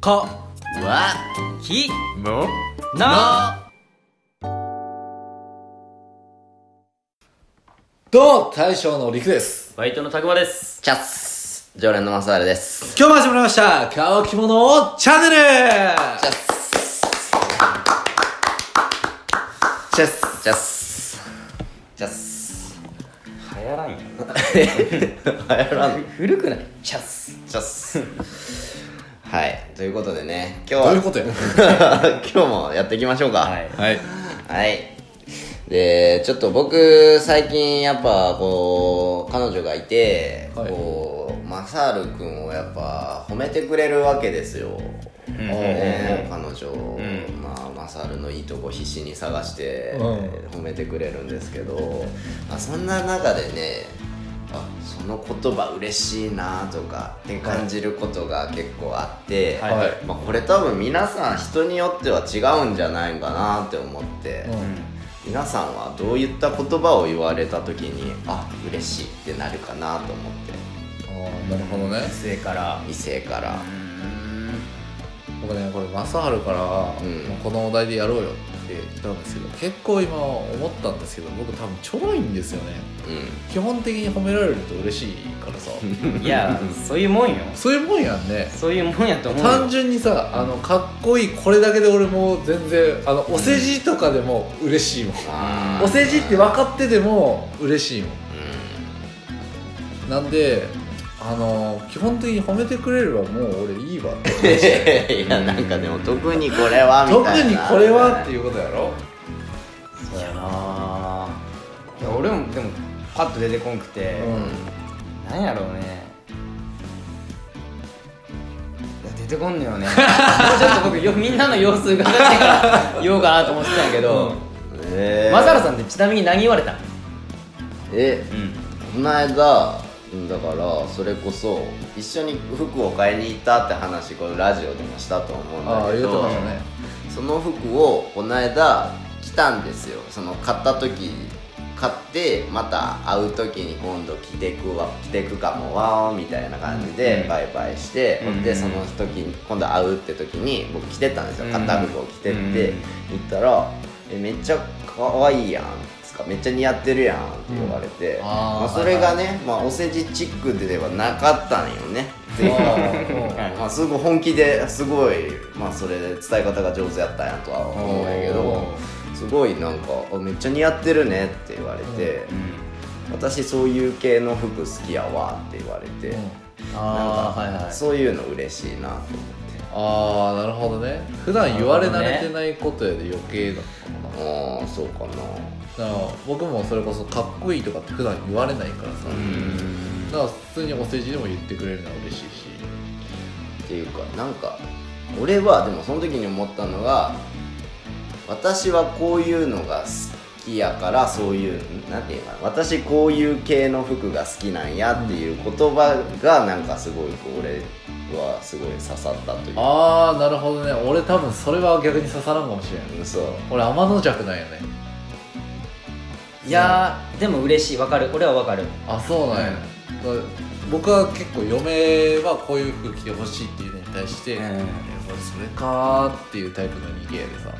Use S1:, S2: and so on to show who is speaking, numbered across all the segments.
S1: か
S2: わ
S1: き
S2: も
S1: な
S2: などうも大将の陸です
S1: バイトのたくまです
S3: チャッス常連のマサールです。
S2: 今日も始まりました乾き物チャンネル
S3: チャッス
S2: チェス
S3: チャッスチャッス
S1: 流行らんや
S3: 流行らん
S1: 古くないチャス
S3: チャッスはい、ということでね、今日
S2: ど
S3: は
S2: ういうことや
S3: 今日もやっていきましょうか。
S1: はい
S2: はい
S3: はい。で、ちょっと僕、最近やっぱこう、彼女がいて、
S2: はい
S3: こう、マサール君をやっぱ褒めてくれるわけですよ。ね彼女を、まあ、マサールのいいとこ必死に探して、
S2: うん
S3: 褒めてくれるんですけど、まあ、そんな中でね、あその言葉嬉しいなとかって感じることが結構あって、
S1: はい
S2: はい
S3: まあ、これ多分皆さん人によっては違うんじゃないかなって思って、皆さんはどういった言葉を言われた時にあ嬉しいってなるかなと思って
S2: あーなるほどね
S1: 末から
S3: 異性から
S2: 僕ねこれ正治から、
S3: うん
S2: もうこのお題でやろうよって言ったんですけど結構今思ったんですけど僕多分ちょろいんですよね
S3: う
S2: 基本的に褒められると嬉しいから さ
S1: いやそういうもんよ
S2: そういうもんやんね
S1: そういうもんやと思うよ
S2: 単純にさあのかっこいいこれだけで俺も全然あのお世辞とかでも嬉しいもん、
S3: んあー
S2: お世辞って分かってでも嬉しいもんなんであの基本的に褒めてくれればもう俺いいわって
S3: うん いやなんかでも特にこれはみ
S2: 特
S3: たいな
S2: にこれはっていうことやろ
S1: そうやないや俺もでもパッと出てこんくて、
S2: う
S1: なんやろうねいや出てこんのよね もうちょっと僕よみんなの様子伺ってから言おうかなと思ってたんやけど、
S3: えー
S1: マサルさんってちなみに何言われたん
S3: え
S1: う
S3: こ
S1: ん
S3: の間だからそれこそ一緒に服を買いに行ったって話このラジオでもしたと思うん
S2: あ
S3: だ
S2: あ言
S3: け
S2: う
S3: ど
S2: とましたね
S3: その服をこの間着たんですよその買った時買ってまた会う時に今度着てくわ着てくかもわーみたいな感じで
S1: うん
S3: バイバイして、
S1: うん
S3: でその時に今度会うって時に僕着てったんですよ
S1: うん
S3: 買った服を着てって、
S1: うん
S3: 行ったら「えめっちゃ可愛いやん」つかめっちゃ似合ってるやんって言われて、
S2: ん
S3: ま
S2: あー
S3: あ、それがね、まあ、お世辞チックではなかったんよねぜひ
S1: はい
S3: まあ、すごい本気ですごい、まあ、それで伝え方が上手やったんやとは思うんやけどすごいなんかあ「めっちゃ似合ってるね」って言われて「
S1: うん
S3: 私そういう系の服好きやわ」って言われて、
S2: うん
S1: ああはいはい
S3: そういうの嬉しいなと思って
S2: ああなるほどね普段言われ慣れてないことやで余計だったのかな
S3: ああそうかな
S2: だから僕もそれこそかっこいいとかって普段言われないからさ、だから普通にお世辞でも言ってくれるのは嬉しいし
S3: っていうかなんか俺はでもその時に思ったのが私はこういうのが好きやからそういうなんていうかな私こういう系の服が好きなんやっていう言葉がなんかすごいこう俺はすごい刺さったというか
S2: ああなるほどね俺多分それは逆に刺さらんかもしれん
S3: うんそう
S2: 俺天の弱なんよね
S1: いやーでも嬉しいわかる俺はわかる
S2: あそうなんや、だ僕は結構嫁はこういう服着てほしいっていうのに対して、
S1: うん
S2: え俺それかーっていうタイプの人間やでさ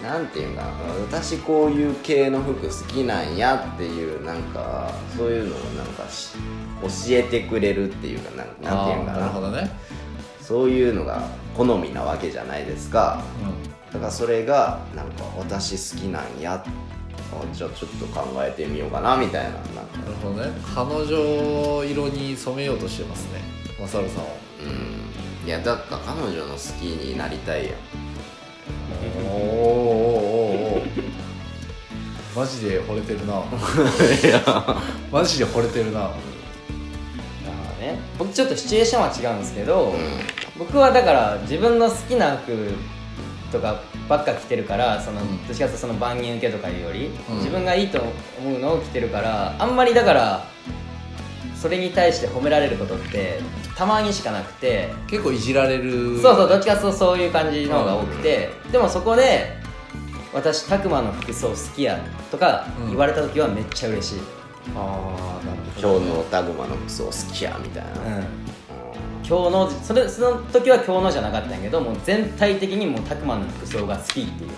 S3: うんなんていうんかな私こういう系の服好きなんやっていうなんかそういうのをなんかし教えてくれるっていうかなんなんていうんか
S2: あーなるほどね、
S3: そういうのが好みなわけじゃないですかだからそれがなんか私好きなんやあじゃあちょっと考えてみようかなみたいななん
S2: う
S3: か
S2: ん、なるほどね彼女色に染めようとしてますねマサルさんを
S3: うんいやだから彼女の好きになりたいや
S2: おー
S3: ん
S2: おーおーおーマジで惚れてるなマジで惚れてるな
S1: あーね僕ちょっとシチュエーションは違うんですけど、僕はだから自分の好きな服とかばっか着てるからその、
S2: うん
S1: どっちかというとその万人受けとかいうより、
S2: うん
S1: 自分がいいと思うのを着てるからあんまりだからそれに対して褒められることってたまにしかなくて
S2: 結構いじられる
S1: そうそうどっちかというとそういう感じの方が多くて、でもそこで「私たくまの服装好きや」とか
S2: うん
S1: 言われた時はめっちゃ嬉しい、
S2: ああなるほど
S3: 今日のタグマの服装好きやみたいな、
S1: うん
S3: うん
S1: 今日のそれその時は今日のじゃなかったんやけどもう全体的にもうたくまの服装が好きっていう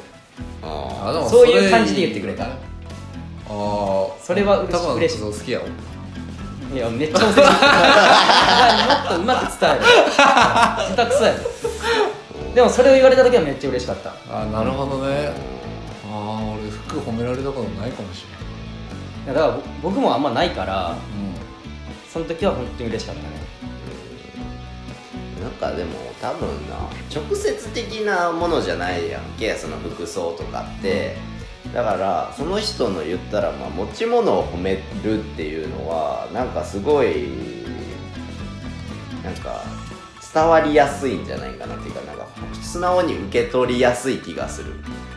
S3: あ
S2: でも
S1: そう
S2: れ
S1: いう感じで言ってくれた
S2: いいよねああ
S1: それは嬉し
S2: タコの
S1: 嬉しい
S2: 活動好きやろ
S1: いやめっちゃお世話になったもっとうまく伝える下手くそやででもそれを言われた時はめっちゃ嬉しかった
S2: あーなるほどねああ俺服褒められたことないかもし
S1: だからぼ僕もあんまないから
S2: れない、
S1: その時は本当に嬉しかったね
S3: ーなんかでも多分な直接的なものじゃないやんけその服装とかってだからその人の言ったら、まあ、持ち物を褒めるっていうのはなんかすごいなんか伝わりやすいんじゃないかなっていうかなんか素直に受け取りやすい気がする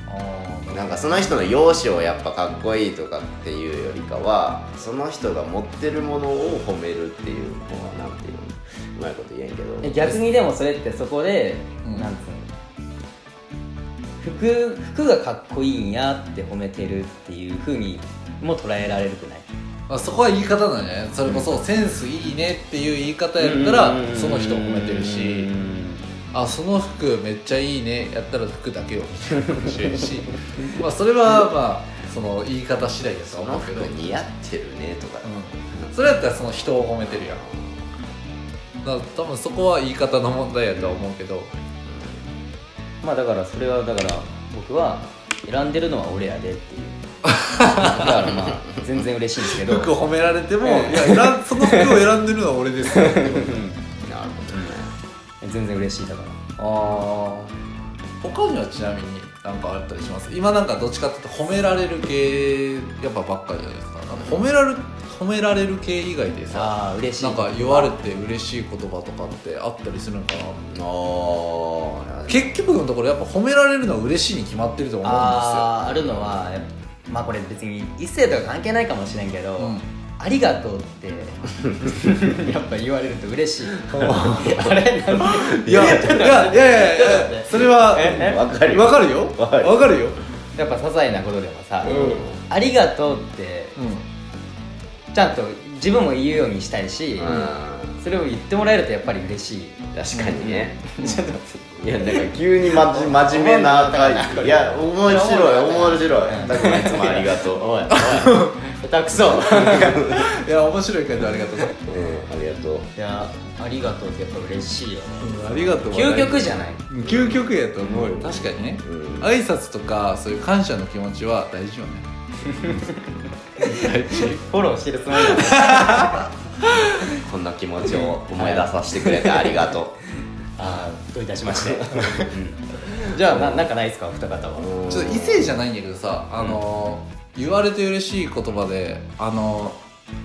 S2: ああ
S3: なんかその人の容姿をやっぱかっこいいとかっていうよりかはその人が持ってるものを褒めるっていうのはなんていうのうまいこと言えんけど
S1: え逆にでもそれってそこで、
S2: うん
S1: なんつうの服服がかっこいいんやって褒めてるっていうふうにも捉えられるくない
S2: まあ、そこは言い方なんじゃないそれこそセンスいいねっていう言い方やったらその人を褒めてるしあその服めっちゃいいねやったら服だけを見てるかもしれんし まあそれはまあその言い方次第やと
S3: そ
S2: は思
S3: の
S2: うけ
S3: 服
S2: ど、
S3: 似合ってるねとか、
S2: うん、それやったらその人を褒めてるやんだから多分そこは言い方の問題やとは思うけど
S1: まあだからそれはだから僕は選んでるのは俺やでっていうだからまあ全然嬉しいんですけど
S2: 服褒められても、
S1: ええ
S2: いや選んその服を選んでるのは俺ですよってこと
S3: なるほどね、
S1: 全然嬉しいだから
S2: ああ他にはちなみに何かあったりします今なんかどっちかっていうと褒められる系やっぱばっかりじゃないですかなんか褒められる褒められる系以外でさ
S1: ああ嬉しい
S2: なんか言われて嬉しい言葉とかってあったりするのかな
S3: ああ
S2: 結局のところやっぱ褒められるのは嬉しいに決まってると思うん
S1: あーあるのはやっぱまあこれ別に異性とか関係ないかもしれんけど、
S2: うん
S1: ありがとうってやっぱ言われると嬉しいあれな
S2: で
S1: ん
S2: す
S1: で
S2: よいやいやいやいやいやいやそれは
S1: え
S3: わかる
S2: わかるよわ
S3: わかる
S2: かるよ
S1: やっぱ些細なことでもさ、
S2: う
S1: ありがとうって
S2: うん
S1: ちゃんと自分も言うようにしたいし、
S3: うん
S1: それを言ってもらえるとやっぱり嬉しい
S3: 確かにね、
S1: ちょっと
S3: いやだから急にまじ真面目な赤いいや面白い面白いだからいつもありがとうおいおい、
S1: 下手くそ
S2: いや面白いけどありがとう、
S3: うん、ありがとう
S1: いやありがとうってやっぱ嬉しいよね
S2: ありがとう
S1: 究極じゃない
S2: 究極やと思うよ確かにね、
S3: うん
S2: 挨拶とかそういう感謝の気持ちは大事よね大事
S1: フォローしてるつもりだ
S3: こんな気持ちを思い出させてくれてありがと
S1: ああどういたしましてじゃあななんかないですかお二方
S3: う
S1: は
S2: ちょっと異性じゃないんだけどさあのー、言われて嬉しい言葉であの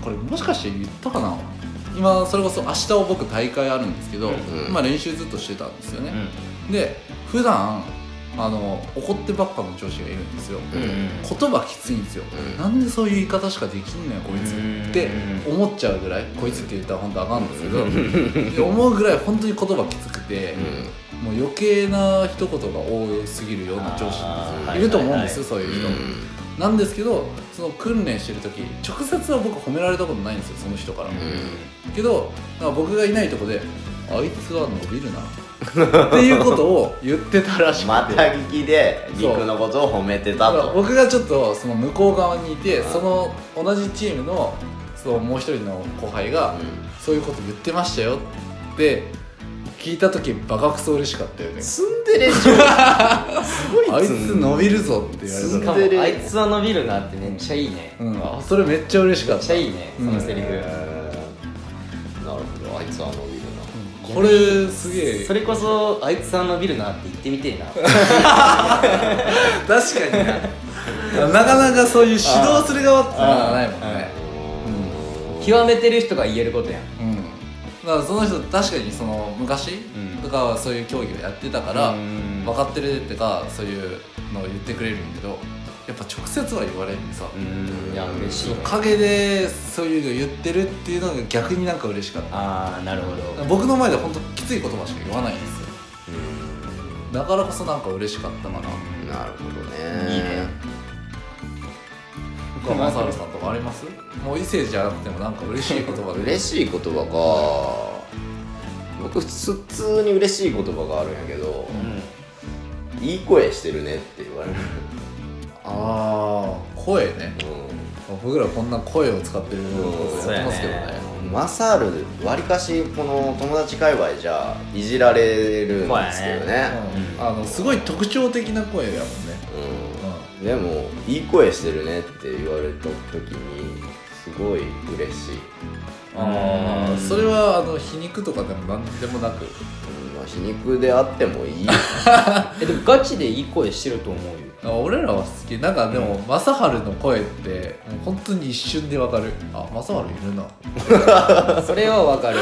S2: ー、これもしかして言ったかな今それこそ明日を僕大会あるんですけど、
S3: ん
S2: 今練習ずっとしてたんですよね、
S1: う
S2: で普段あの怒ってばっかの上司がいるんですよ、
S3: うん
S2: 言葉きついんですよ、
S3: うん
S2: なんでそういう言い方しかできんのよこいつって思っちゃうぐらいこいつって言ったら本当あかんですけどで思うぐらい本当に言葉きつくて
S3: う、ん
S2: もう余計な一言が多すぎるような上司なんですよいると思うんですよそう
S3: う
S2: いう人、
S3: ん
S2: なんですけどその訓練してる時直接は僕褒められたことないんですよその人から、けどなんか僕がいないとこで「あいつは伸びるな」っていうことを言ってたらしくて
S3: また聞きで
S2: そう
S3: 陸のことを褒めて
S2: だ
S3: た
S2: から
S3: と
S2: 僕がちょっとその向こう側にいて
S3: うん
S2: その同じチームのそのもう一人の後輩が
S3: うん
S2: 「そういうこと言ってましたよ」って聞いた時バカクソ嬉しかったよね
S3: ツンデレ上 手すごい
S2: あいつ
S3: ツン
S2: 伸びるぞって言われ
S3: す
S2: たら
S1: んし
S3: ご
S1: か
S3: ツンデレ
S1: もあいつは伸びるなってめっちゃいいね、
S2: うん、
S1: あ
S2: あそれめっちゃ嬉しか
S1: め
S2: っ
S1: ったちゃいいねそのセリフ、
S3: へーなるほどあいつは伸びる
S2: これすげえ
S1: それこそあいつは伸びるなって言ってみてえな
S2: 確かにななかなかそういう指導する側ってのはないもんね
S1: 極めてる人が言えることやん
S2: うん、うん、だからその人確かにその昔
S1: うん
S2: とかはそういう競技をやってたから、
S1: うん
S2: 分かってるってかそういうのを言ってくれるんやけどやっぱ直接は言われるんでさ、
S1: うんいや嬉しいね
S2: 陰でそういうの言ってるっていうのが逆になんか嬉しかった
S1: ああなるほど
S2: 僕の前で本当きつい言葉しか言わないんですよ
S3: な
S2: だからこそなんか嬉しかったかな
S3: うんなるほど
S1: いいね
S3: ね
S2: 他マサルさんとかありますもう異性じゃなくてもなんか嬉しい言葉で
S3: 嬉しい言葉かく普通普通に嬉しい言葉があるんやけど
S1: う、ん
S3: いい声してるねって言われる、
S2: ああ声ね僕らこんな声を使ってることやってますけどね
S3: うん、マサールわりかしこの友達界隈じゃいじられるんですけどね
S2: うんあのすごい特徴的な声やもんね
S3: うん、でもいい声してるねって言われた時にすごい嬉しい、
S2: ああ
S1: うん
S2: それはあの皮肉とかでも何でもなく
S3: うんまあ、皮肉であっても いい
S1: えでもガチでいい声してると思う
S2: あ
S1: よ
S2: 俺らは好きなんかでも正治の声って本当に一瞬でわかるあ正治いるな
S1: それはわかる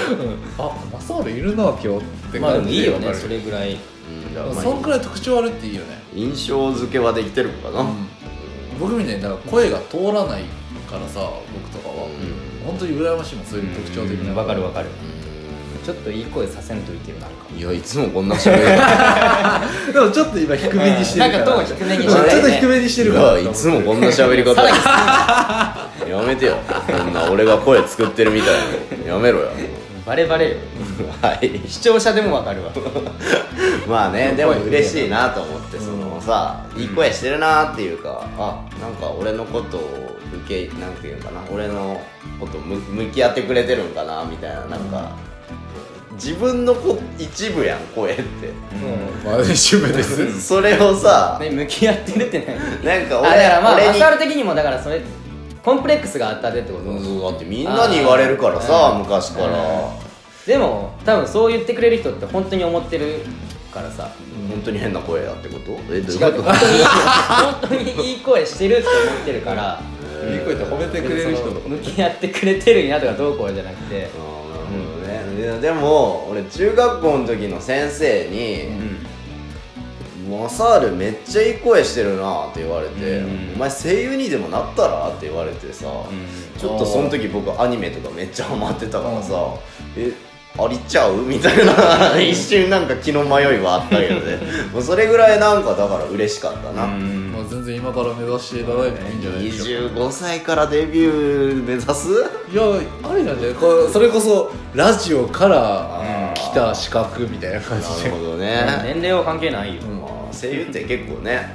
S2: あ正治いるな今日って
S1: まあで
S2: 感
S1: も
S2: じ
S1: いい
S2: で
S1: よ
S2: わか
S1: ね
S2: る
S1: それぐらい
S3: うんだからまあ
S2: そんくらい特徴あるっていいよね
S3: 印象付けはできてるのかな、うん
S2: 僕みたいにだから声が通らないからさ僕とかは
S3: うん
S2: 本当に羨ましいもんそういう特徴的な
S1: わかるわかるちょっといい声させんといけるなんか
S3: いやいつもこんな喋る
S2: でもちょっと今低めにしてるから
S1: うんなんかトーン低めに
S2: ちょ
S1: してるね
S2: っと低めにしてる
S3: い
S2: から
S3: やいつもこんな喋り方やめてよこんな俺が声作ってるみたいなのやめろよ
S1: バレバレよ
S3: はい
S1: 視聴者でもわかるわ
S3: まあねでも嬉しいなと思ってそのさいい声してるなっていうかあなんか俺のことを受けなんていうのかな俺のことむ向き合ってくれてるんかなみたいななんか自分のこ一部やん声って
S2: うんまあ趣味です
S3: それをさ
S1: ね向き合ってるって何
S3: なんか
S1: あだからまあ
S3: 俺
S1: マ
S3: に
S1: サル的にもだからそれコンプレックスがあったでってこと、
S3: うんだってみんなに言われるから
S1: あ
S3: さ
S1: ー
S3: 昔から
S1: うんでも多分そう言ってくれる人って本当に思ってるか らさ
S3: 本当に変な声だってことえどう
S1: 違
S3: いうこ
S1: 本
S3: と
S1: 当に本当にいい声してるって思ってるから
S2: いい声って褒めてくれる人
S1: そ
S2: と
S1: の
S2: か
S1: 向き合ってくれてるんやとかどうこうじゃなくて
S3: あーなるほどねいやでも俺中学校の時の先生
S1: う
S3: に
S1: ん
S3: 「マサールめっちゃいい声してるな」って言われて
S1: うん
S3: 「お前声優にでもなったら?」って言われてさちょっとその時僕アニメとかめっちゃハマってたからさ「えありちゃう?」みたいな一瞬なんか気の迷いはあったけど ねもうそれぐらいなんかだから嬉しかったな、
S2: まあ全然今から目指していただいてもいいんじゃないでしょうか
S3: 25歳からデビュー目指す
S2: いやありなんじゃないこれそれこそラジオから
S3: あー
S2: 来た資格みたいな感じ
S3: な
S2: で
S3: るほど
S1: 年
S3: ね、
S1: 齢は関係ないよ、
S2: うん
S3: まあ声優って結構ね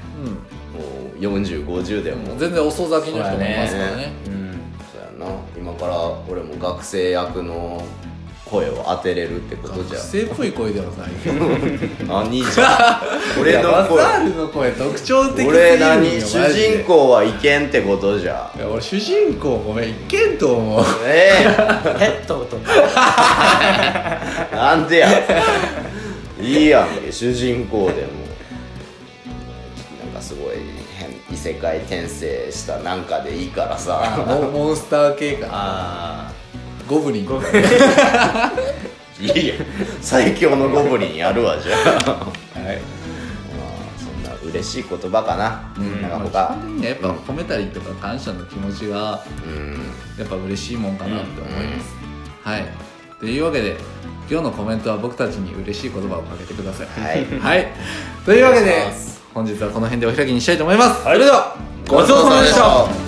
S2: う
S3: もう4050で
S2: ん
S3: も
S2: もう全然遅咲きの人もいますから
S3: そうだ
S2: ね
S3: ね
S1: うん
S3: そうやな今から俺も学生役の声を当てれるってことじ
S2: 学
S3: ゃ
S2: 生っぽい声ではないけど
S3: ん何 じゃん俺の
S2: マサ
S3: 声
S2: ールの声特徴的すぎるよ
S3: 俺何
S2: マジ
S3: 主
S2: で
S3: 人公はいけんってことじゃん
S2: いや俺主人公ごめんいけんと 思う
S3: ええ
S1: ペットとか
S3: なんでやいいやんけ主人公でもなんかすごい変異世界転生したなんかでいいから
S2: あ
S3: さ
S2: モンモンスター系か
S1: あ
S2: ゴブリンゴブリン
S3: いいやん最強のゴブリンやるわじゃあ
S2: はい
S3: まあそんな嬉しい言葉かな、なんか
S2: まあ基
S3: 他
S2: 本的にはやっぱ褒めたりとか感謝の気持ちが
S3: うん
S2: やっぱ嬉しいもんかなって思います、はいというわけで今日のコメントは僕たちに嬉しい言葉をかけてください
S3: はい
S2: はい、というわけ
S1: お
S2: で
S1: 願いしま
S2: 本日はこの辺でお開きにしたいと思います、それではごちそうさまでし
S3: ごちそうさま
S2: た
S3: でした